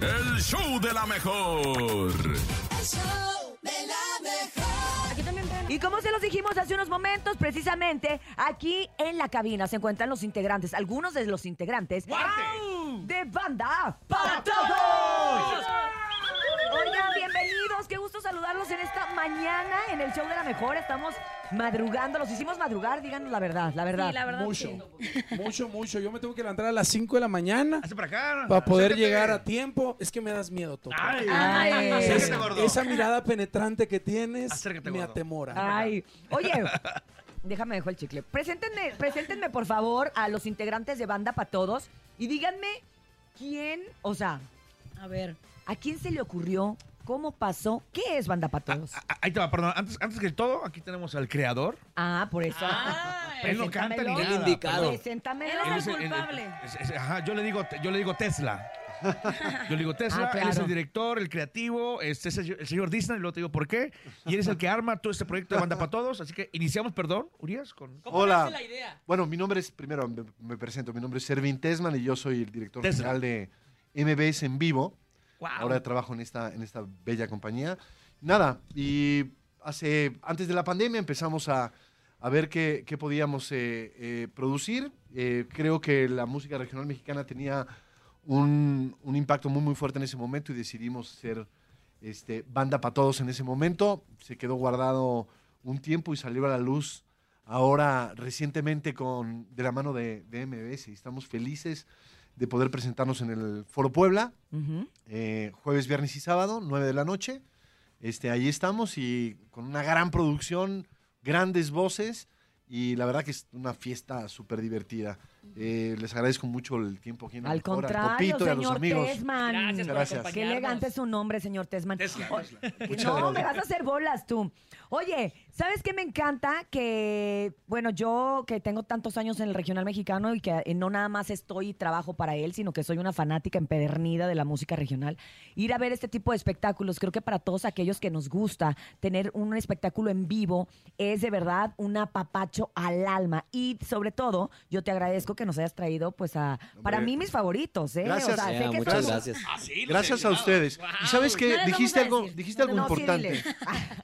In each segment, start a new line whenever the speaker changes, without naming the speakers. El show de la mejor.
Y como se los dijimos hace unos momentos, precisamente aquí en la cabina se encuentran los integrantes, algunos de los integrantes de Banda para Todos. Oigan, bienvenidos, qué gusto saludarlos en esta mañana en el show de la mejor. Estamos madrugando, los hicimos madrugar, díganos la verdad, la verdad.
Sí, la verdad.
Mucho,
sí.
mucho, mucho. Yo me tengo que levantar a las 5 de la mañana
Hazte para acá.
para poder
acércate.
llegar a tiempo. Es que me das miedo, Toto.
Ay,
Ay.
Es-
acércate, gordo.
esa mirada penetrante que tienes
Acércate,
me
gordo.
Ah,
atemora.
Ay, oye, déjame dejo el chicle. Preséntenme, preséntenme por favor a los integrantes de Banda para Todos y díganme quién, o sea,
A ver.
¿A quién se le ocurrió? ¿Cómo pasó? ¿Qué es Banda para Todos?
Ah, Ahí te va, perdón. Antes, antes que todo, aquí tenemos al creador.
Ah, por eso.
Él no canta ni
Preséntamelo.
nada.
El indicado.
perdón.
Preséntamelo.
Ah, Él
Él
es el culpable.
es- es- ajá, yo le digo, yo le digo Tesla. Yo le digo Tesla,
Ah,
él es
claro.
el director, el creativo, este es el, el señor Disney, luego te digo por qué. Y eres el que arma todo este proyecto de banda para todos. Así que iniciamos, perdón, Urias, con
Hola. Bueno, mi nombre es, primero me, me presento, mi nombre es Servín Tesman y yo soy el director
Tesman.
general de MBS en vivo.
wow.
Ahora trabajo en esta, en esta bella compañía. Nada, y hace, antes de la pandemia empezamos a, a ver qué, qué podíamos eh, eh, producir. Eh, creo que la música regional mexicana tenía un, un impacto muy, muy fuerte en ese momento y decidimos ser este, banda para todos en ese momento. Se quedó guardado un tiempo y salió a la luz ahora recientemente con, de la mano de, de MBS. Y estamos felices de poder presentarnos en el Foro Puebla
Ujú.
eh, jueves, viernes y sábado, 9 de la noche. Este, ahí estamos y con una gran producción, grandes voces y la verdad que es una fiesta súper divertida. Eh, les agradezco mucho el tiempo aquí en la
Al
mejor,
contrario,
Copito y a los
señor
amigos.
Tesman.
Gracias por
Gracias.
Qué
acompañarnos.
elegante es su nombre, señor Tesman. O-
Muchas
no, me
gracias.
vas a hacer bolas tú. Oye, ¿sabes qué me encanta? Que, bueno, yo que tengo tantos años en el regional mexicano y que eh, no nada más estoy y trabajo para él, sino que soy una fanática empedernida de la música regional. Ir a ver este tipo de espectáculos, creo que para todos aquellos que nos gusta tener un espectáculo en vivo, es de verdad un apapacho al alma. Y sobre todo, yo te agradezco que nos hayas traído, pues, a, para mí, mis favoritos, ¿eh? O
Gracias.
sea, sé
Ya,
que
muchas
somos-
gracias.
Ah,
Gracias a ustedes. Y sabes
No
que
les
dijiste
vamos a
algo,
decir.
dijiste algo
No, sí,
importante.
diles.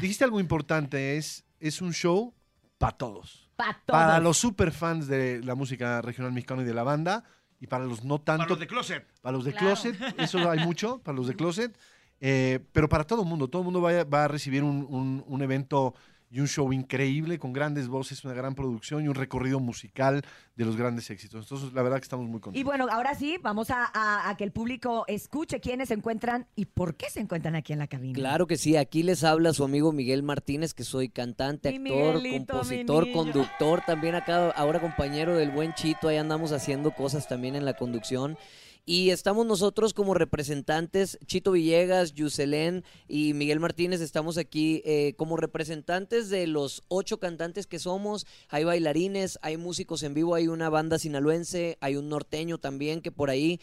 dijiste algo importante, es, es un show para todos.
Pa'
Para
todos.
los super fans de la música regional mexicana y de la banda y para los no
Para
tanto
los de Closet.
Para los de
Claro.
closet, eso hay mucho, para los de closet. eh, pero para todo el mundo, todo el mundo va a, va a recibir un, un- un evento y un show increíble con grandes voces, una gran producción y un recorrido musical de los grandes éxitos. Entonces, la verdad que estamos muy
Y
contentos.
bueno, ahora sí, vamos a, a- a que el público escuche quiénes se encuentran y por qué se encuentran aquí en la cabina.
Claro que sí, aquí les habla su amigo Miguel Martínez, que soy cantante,
Mi
actor,
Miguelito, mi
compositor,
niño.
conductor, también acá ahora compañero del buen Chito, ahí andamos haciendo cosas también en la conducción. Y estamos nosotros como representantes, Chito Villegas, Yuselén y Miguel Martínez, estamos aquí eh, como representantes de los ocho cantantes que somos. Hay bailarines, hay músicos en vivo, hay una banda sinaloense, hay un norteño también que por ahí.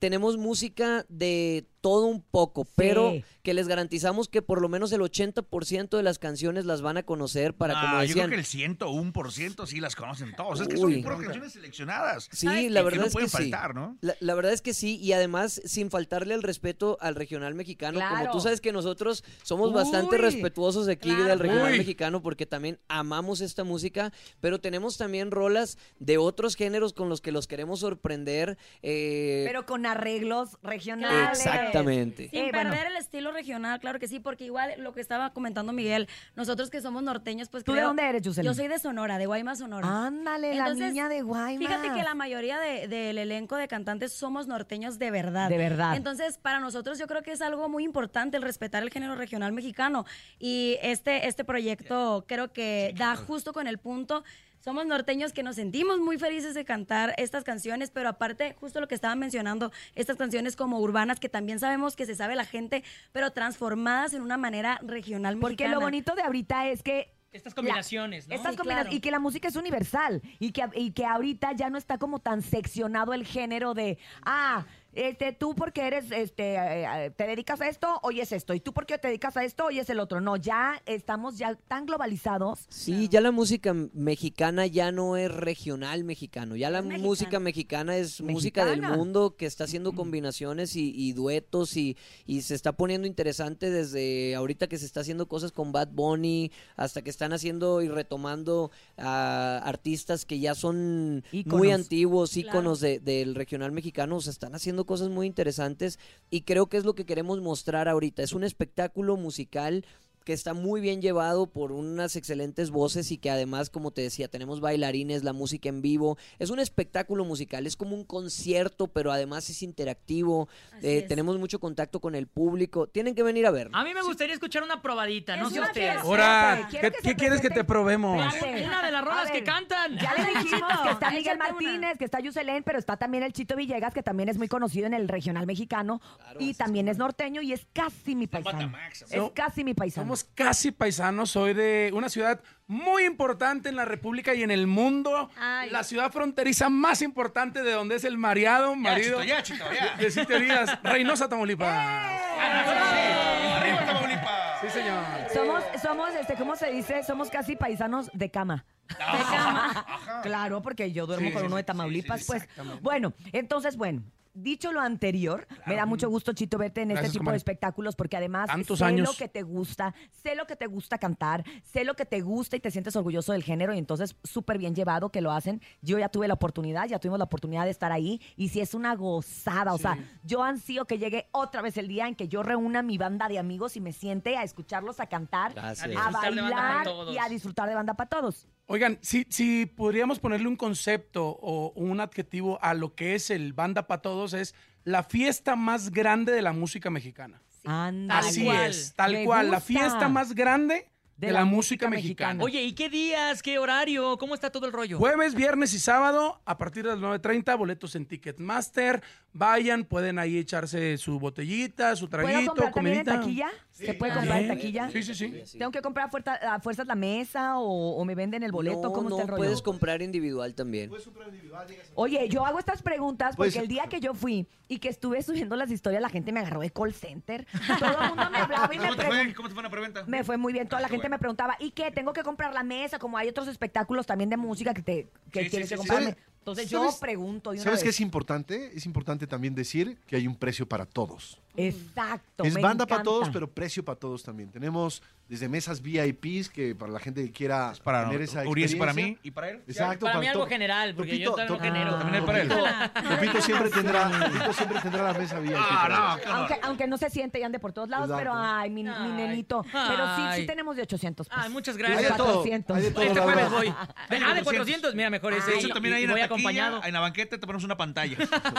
Tenemos música de todo un poco, pero que les garantizamos que por lo menos el 80% de las canciones las van a conocer para, como
Ah, yo creo
decían.
que el 101% sí las conocen todos. Es que
Uy.
son puras canciones seleccionadas.
Sí,
Ay,
la
que
verdad
no
es que
pueden
sí.
faltar, ¿no?
La, la verdad es que sí, y además sin faltarle el respeto al regional mexicano,
Claro.
como tú sabes que nosotros somos bastante
Uy,
respetuosos aquí
claro.
del regional
Uy.
mexicano porque también amamos esta música, pero tenemos también rolas de otros géneros con los que los queremos sorprender. eh,
Pero con arreglos regionales.
exactamente.
Sin
Eh, bueno.
perder el estilo regional, claro que sí, porque igual lo que estaba comentando Miguel, nosotros que somos norteños, pues
¿Tú de
creo-
dónde eres, Yuseli?
Yo soy de Sonora, de Guaymas, Sonora.
Ándale, la
Entonces,
niña de Guaymas.
Fíjate que la mayoría de- del elenco de cantantes somos norteños de verdad.
De verdad.
Entonces, para nosotros yo creo que es algo muy importante el respetar el género regional mexicano. Y este, este proyecto creo que da justo con el punto. Somos norteños que nos sentimos muy felices de cantar estas canciones, pero aparte, justo lo que estaban mencionando, estas canciones como urbanas que también sabemos que se sabe la gente, pero transformadas en una manera regional mexicana.
Porque lo bonito de ahorita es que
Estas combinaciones, Pues ¿no?
Estas
Sí,
combina-
claro.
Y que la música es universal. Y que, y que ahorita ya no está como tan seccionado el género de, ah, este, tú porque eres, este, eh, eh, te dedicas a esto, oyes esto, y tú porque te dedicas a esto, oyes el otro. No, ya estamos ya tan globalizados.
Sí, ya la música m- mexicana ya no es regional mexicano, ya la
Es mexicana.
música mexicana es música del
Mexicana.
mundo que está haciendo combinaciones y, y duetos y, y se está poniendo interesante desde ahorita que se está haciendo cosas con Bad Bunny hasta que están haciendo y retomando a artistas que ya son muy
Íconos.
antiguos,
Claro.
íconos de- del regional mexicano, o sea, están haciendo cosas muy interesantes y creo que es lo que queremos mostrar ahorita, es un espectáculo musical que está muy bien llevado por unas excelentes voces y que además, como te decía, tenemos bailarines, la música en vivo. Es un espectáculo musical, es como un concierto, pero además es interactivo.
Así
eh,
es.
Tenemos mucho contacto con el público. Tienen que venir a ver.
A mí me gustaría escuchar una probadita, no
Es
sé
una
ustedes.
fiesta.
Ahora,
Quiero
¿qué,
que se
qué quieres que te
presenten.
probemos?
Espérate.
Una de las rolas
A
que
ver,
cantan.
Ya le dijimos que está Miguel
Échate una.
Martínez, que está Yuselén, pero está también el Chito Villegas, que también es muy conocido en el regional mexicano y también es norteño y es casi mi paisano.
Batamax,
Es
¿no?
casi mi paisano.
Somos casi paisanos, soy de una ciudad muy importante en la República y en el mundo.
Ay.
La ciudad fronteriza más importante de donde es el mareado, marido
Ya, chito, ya, ¡Eh! chito, ya.
de siete días, Reynosa Tamaulipas.
Arriba, Tamaulipas.
Sí, señor.
Somos, somos, este, ¿cómo se dice? Somos casi paisanos de cama. De cama. Claro, porque yo duermo
Sí,
con
sí,
uno de
sí,
Tamaulipas,
sí, sí,
pues. Bueno, entonces, bueno. Dicho lo anterior, me da mucho gusto, Chito, verte en
Gracias,
este tipo de
comadre.
espectáculos porque además
Tantos
sé lo
años.
que te gusta, sé lo que te gusta cantar, sé lo que te gusta y te sientes orgulloso del género y entonces súper bien llevado que lo hacen. Yo ya tuve la oportunidad, ya tuvimos la oportunidad de estar ahí y si es una gozada, o sea, yo ansío que llegue otra vez el día en que yo reúna mi banda de amigos y me siente a escucharlos, a cantar,
Gracias.
a
disfrutar de banda para
bailar
todos.
y a disfrutar de banda para todos.
Oigan, si, si podríamos ponerle un concepto o un adjetivo a lo que es el Banda para Todos, es la fiesta más grande de la música mexicana.
Anda.
Tal
Así
cual.
es, tal
Me
cual, la
gusta.
fiesta más grande de, la, música mexicana.
Oye, ¿y qué días? ¿Qué horario? ¿Cómo está todo el rollo?
Jueves, viernes y sábado, a partir de las 9.30, boletos en Ticketmaster. Vayan, pueden ahí echarse su botellita, su
¿Puedo
traguito,
comprar también en
comidita.
taquilla? ¿Se puede
claro.
comprar en
Bien.
taquilla?
Sí, sí, sí.
¿Tengo que comprar a, fuerza- a fuerzas la mesa o, o me venden el boleto?
no,
¿Cómo está
no,
el rollo?
puedes comprar individual también.
Oye, yo hago estas preguntas porque
Pues-
el día que yo fui y que estuve subiendo las historias, la gente me agarró de call center. Todo el mundo me hablaba y me
¿Cómo te fue?
preguntaba.
¿Cómo te fue en la preventa?
Me fue muy bien, toda
Ah,
la
qué
gente
bueno.
me preguntaba, ¿y qué? ¿Tengo que comprar la mesa? Como hay otros espectáculos también de música que, te, que
Sí, sí,
tienes
sí,
que
sí.
comprarme.
¿Sabes-
Entonces yo
sabes-
pregunto de una
¿Sabes qué
vez.
es importante? Es importante también decir que hay un precio para todos.
Exacto,
Es
me
banda
encanta.
para todos, pero precio para todos también. Tenemos desde mesas VIPs que para la gente que quiera
Para
tener esa
Uriel es
experiencia.
para mí y para él. Ah,
Exacto.
Para mí algo
to-
general, porque yo también
to-
genero.
También para él.
Topito- Topito siempre tendrá, Topito siempre tendrá la mesa VIP.
Ah, no, qué
Aunque,
horror.
aunque no se siente y ande por todos lados,
Exacto.
pero ay, mi, mi
Ay.
nenito. Pero sí, sí
Ay.
tenemos de 800 pesos.
Ay, muchas
Hay de
gracias.
todo,
400.
hay de todo,
Este
la
jueves
verdad.
voy. De- ah, de 400, mira, mejor ese.
De hecho,
Y-
también
y
hay en
voy
la
acompañado.
taquilla, en la banqueta te ponemos una pantalla.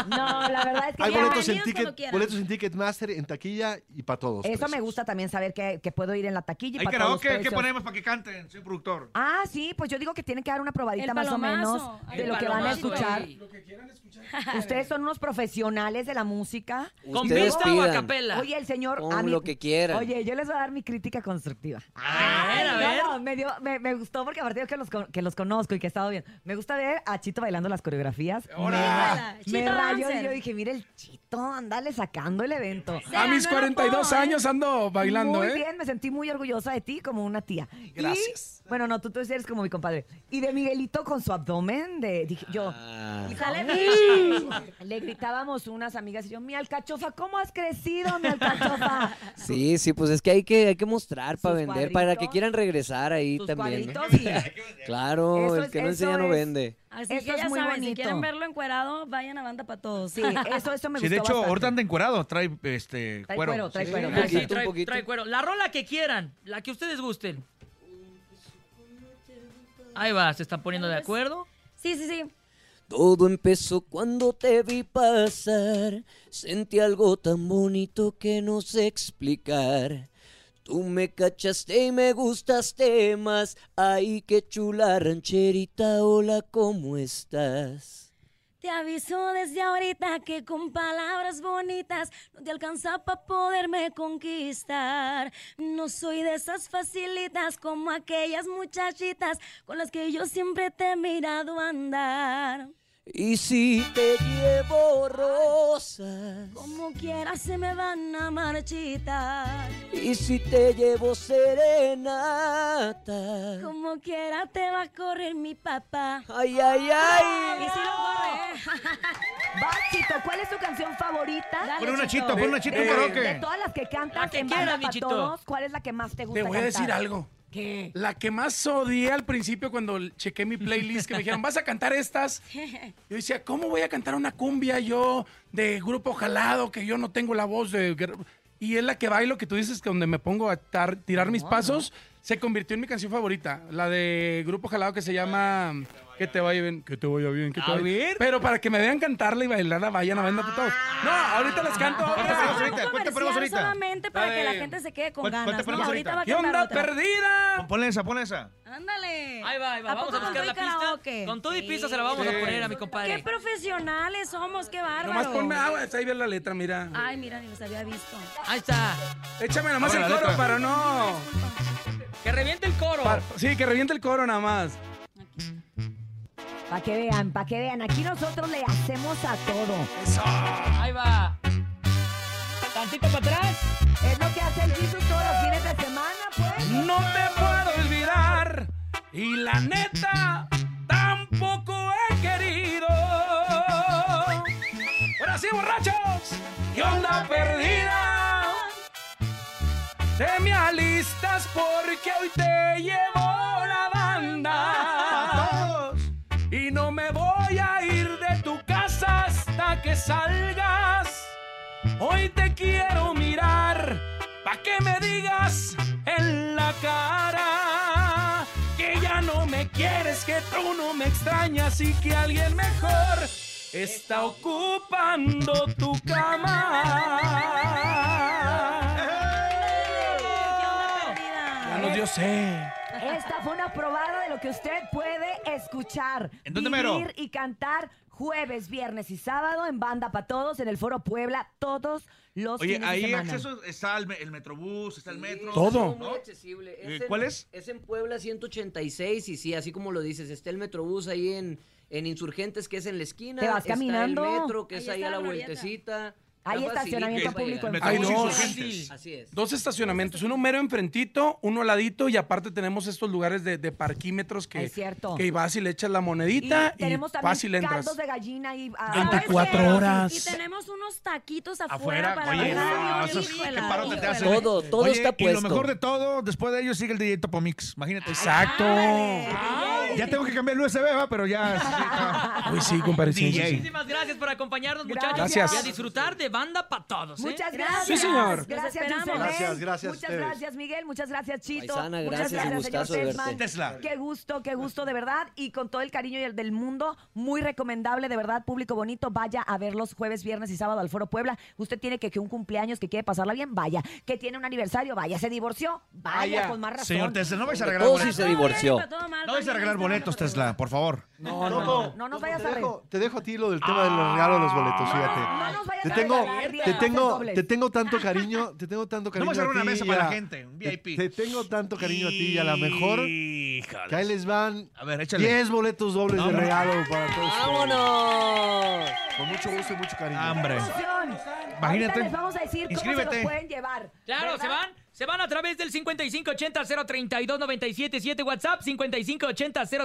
No, la verdad es que
Hay
mira,
boletos en,
Bienvenidos cuando
ticket,
quieran.
boletos en Ticketmaster, en taquilla y para todos.
eso me
precios.
gusta también saber que, que puedo ir en la taquilla y
Hay
para todos los
karaoke, ¿qué
precios.
ponemos para que canten? Soy productor.
Ah, sí, pues yo digo que tienen que dar una probadita
El
más o
palomazo.
menos
Ay,
de
el
lo que van a
palomazo,
escuchar.
sí.
Ustedes son unos profesionales de la música.
¿Con
Ustedes
pista o a
pidan.
capela?
Oye, el señor.
Pon lo que quieran.
Oye, yo les voy a dar mi crítica constructiva.
A ver, a
no,
ver.
no, me, dio- me- me gustó porque aparte yo que los, con- que los conozco y que he estado bien. Me gusta ver a Chito bailando las coreografías.
Hola.
Ah, Me, me
Chito
rayó y
dancer.
yo dije, mira el Chito, andale sacando el evento.
A mis
no la
42
puedo, ¿eh?
años ando bailando,
muy
¿eh?
bien, me sentí muy orgullosa de ti como una tía. Y,
Gracias.
bueno, no, tú, tú eres como mi compadre. Y de Miguelito con su abdomen, de, dije, yo,
Ah,
Sale
le gritábamos unas amigas y yo, mi alcachofa, ¿cómo has crecido, mi alcachofa?
sí, sí, pues es que hay que, hay que mostrar para
Sus
vender, para que
cuadritos.
quieran regresar ahí
Sus
también. ¿no?
cuadritos y-
Claro,
Eso
el
es-
que no
eso
enseña no
es-
vende.
Así
Eso
que
es
ya
muy
saben, si
bonito.
quieren verlo encuerado, vayan a banda para todos.
Sí, eso, eso me
Sí, de
gustó
hecho,
bastante.
ahorita anda encuerado, trae este
Trae
cuero.
cuero, trae
Sí.
cuero.
Un
Ah, sí,
poquito, un
trae,
poquito.
trae cuero. La rola que quieran, la que ustedes gusten. Ahí va, se están poniendo de acuerdo.
Sí, sí, sí.
Todo empezó cuando te vi pasar. Sentí algo tan bonito que no sé explicar. Tú me cachaste y me gustaste más. Ay, qué chula rancherita, hola, ¿cómo estás?
Te aviso desde ahorita que con palabras bonitas no te alcanza para poderme conquistar. No soy de esas facilitas como aquellas muchachitas con las que yo siempre te he mirado andar.
Y si te llevo rosas,
Como quiera se me van a marchitar.
y si te llevo serenata.
Como quiera te va a correr mi papá.
Ay, ay,
Y
ay.
si lo corre.
Vas, Chito, ¿cuál es tu canción favorita?
Dale,
Pon una
Chito.
chito, pon una chito,
De,
un
de- de
karaoke.
todas las que cantas
La que
en Banda
quieras,
Pa'
Michito.
Todos, ¿cuál es la que más te gusta
Te voy a
cantar?
decir algo.
¿Qué?
La que más odié al principio cuando chequé mi playlist, que me dijeron, vas a cantar estas. Yo decía, ¿cómo voy a cantar una cumbia yo de grupo jalado, que yo no tengo la voz de... guer-?" Y es la que bailo, que tú dices, que donde me pongo a tar- tirar mis pasos, se convirtió en mi canción favorita. La de grupo jalado que se llama... Que te vaya bien, que te vaya bien, que te
A
vaya bien.
ver.
Pero para que me vean cantarla y bailarla, vayan a banda todos. No, ahorita las
Ah.
canto. ahora.
¿Cuántas ponemos
Un
ahorita? ¿Cuántas ponemos
comercial
ahorita?
solamente para que la
Dale.
gente se quede con
¿Cuál- cuál te
ganas. ¿no?
ponemos
Ahorita
ahorita?
va a
¿Qué
cantar
onda,
otra.
perdida?
Ponle esa, ponle esa.
Ándale.
Ahí va, ahí va.
¿A
Vamos a
poco con
buscar
tu
la
y
pista.
karaoke?
Con todo y pizza se la vamos a
Sí.
poner a mi compadre.
Qué profesionales somos, qué bárbaro.
Eh, Nomás ponme agua, ahí ve la letra, mira.
Ay, mira, ni los había visto.
¡Oh!
Ahí está.
Échame nomás
Ahora
el
la
coro
letra.
para no.
Que reviente el coro.
para- sí, que reviente el coro nada más.
Pa' que vean, pa' que vean. Aquí nosotros le hacemos a todo.
Ahí va. Tantito para atrás.
Es lo que hace el Jesús todos los fines de semana, pues.
No te puedo olvidar y la neta tampoco he querido. Ahora sí, borrachos, ¿qué onda perdida? Te me alistas porque hoy te llevo la banda. Y no me voy a ir de tu casa hasta que salgas. Hoy te quiero mirar pa' que me digas en la cara que ya no me quieres, que tú no me extrañas y que alguien mejor está ocupando tu cama. Ya
Perdida.
nos dio sed.
Esta fue una probada de lo que usted puede escuchar,
¿En dónde,
vivir
mero?
y cantar jueves, viernes y sábado en Banda Pa' Todos en el Foro Puebla todos los
Oye,
fines de
ahí
semana.
acceso está el, me- el metrobús, está el metro.
Todo.
¿no?
Muy accesible.
Eh,
en-
¿cuál es?
Es en Puebla 186 y sí, así como lo dices, está el Metrobús ahí en, en Insurgentes, que es en la esquina.
Te vas
está
caminando.
el metro, que es
Ahí
ahí
está
a la
la glorieta.
vueltecita.
Hay
Está facilito
estacionamiento
para
público
llegar.
El
Ay,
metrobús
no.
Insurgentes.
Así es.
Dos estacionamientos, uno mero enfrentito, uno al ladito y aparte tenemos estos lugares de, de parquímetros que,
Es cierto.
que vas y le echas la monedita y,
tenemos también
fácil entras.
caldos de gallina y ah,
¿Sabes
24
qué?
horas.
Y tenemos unos taquitos afuera,
Afuera,
para
oye,
bailar.
no,
Híjole,
esos- qué
híjole,
parote te hacen.
híjole.
Todo, todo
Oye,
está
Y lo
puesto.
mejor de todo, después de ello sigue el DJ Topo Mix. Imagínate.
Exacto.
Ah, Ya tengo que cambiar el USB, ¿va? Pero ya.
Uy, sí, compadre. sí, sí, sí.
Muchísimas gracias por acompañarnos, muchachos.
Gracias.
Y a disfrutar de banda para todos. ¿eh?
Muchas gracias.
Gracias.
Sí, señor.
Los
Gracias,
esperamos.
Yuselen.
Gracias, gracias a
Muchas
ustedes.
gracias, Miguel. Muchas gracias, Chito.
Paisana,
Muchas
gracias, un
señor
gustazo verte.
Sesman.
Tesla.
Qué gusto, qué gusto, de verdad. Y con todo el cariño y el del mundo, muy recomendable, de verdad, público bonito. Vaya a verlos jueves, viernes y sábado al Foro Puebla. Usted tiene que, que un cumpleaños, que quiere pasarla bien, vaya. Que tiene un aniversario, vaya. Se divorció, vaya,
Vaya.
con más razón.
Señor Tesla, no vais a regalar
Todo sí
boletos.
se divorció.
Todo bien, todo mal,
No vais a regalar
también.
boletos, Tesla, por favor.
No, no,
Topo,
Oh, no nos
Topo,
vayas
te
a re-
dejo, te dejo a ti lo del tema del regalo de los boletos, fíjate.
no nos vayas
te
a
tengo,
regalar, Diego,
te
haces
tengo,
dobles.
te tengo tanto cariño, te tengo tanto cariño.
Vamos a hacer
ti
una mesa
y
para
a-
la gente, un VIP.
Te, te tengo tanto cariño a ti y a lo mejor que ahí les van
A ver, échale.
10 boletos dobles de
Vamos.
regalo para todos.
¡Vámonos!
Con mucho gusto y mucho cariño.
Hambre.
Emoción.
Imagínate.
Ahorita les vamos a decir cómo se
Inscríbete.
lo pueden llevar.
Claro,
¿verdad?
se van. Se van a través del 5580-032-977 WhatsApp,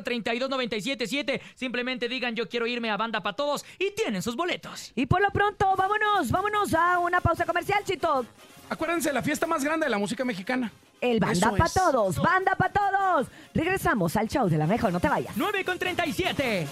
5580-032-977. Simplemente digan yo quiero irme a banda para todos y tienen sus boletos.
Y por lo pronto, vámonos, vámonos a una pausa comercial, Chito.
Acuérdense, la fiesta más grande de la música mexicana.
El banda
Eso
para
es.
todos, banda para todos. Regresamos al show de la mejor, no te vayas.
9 con 37.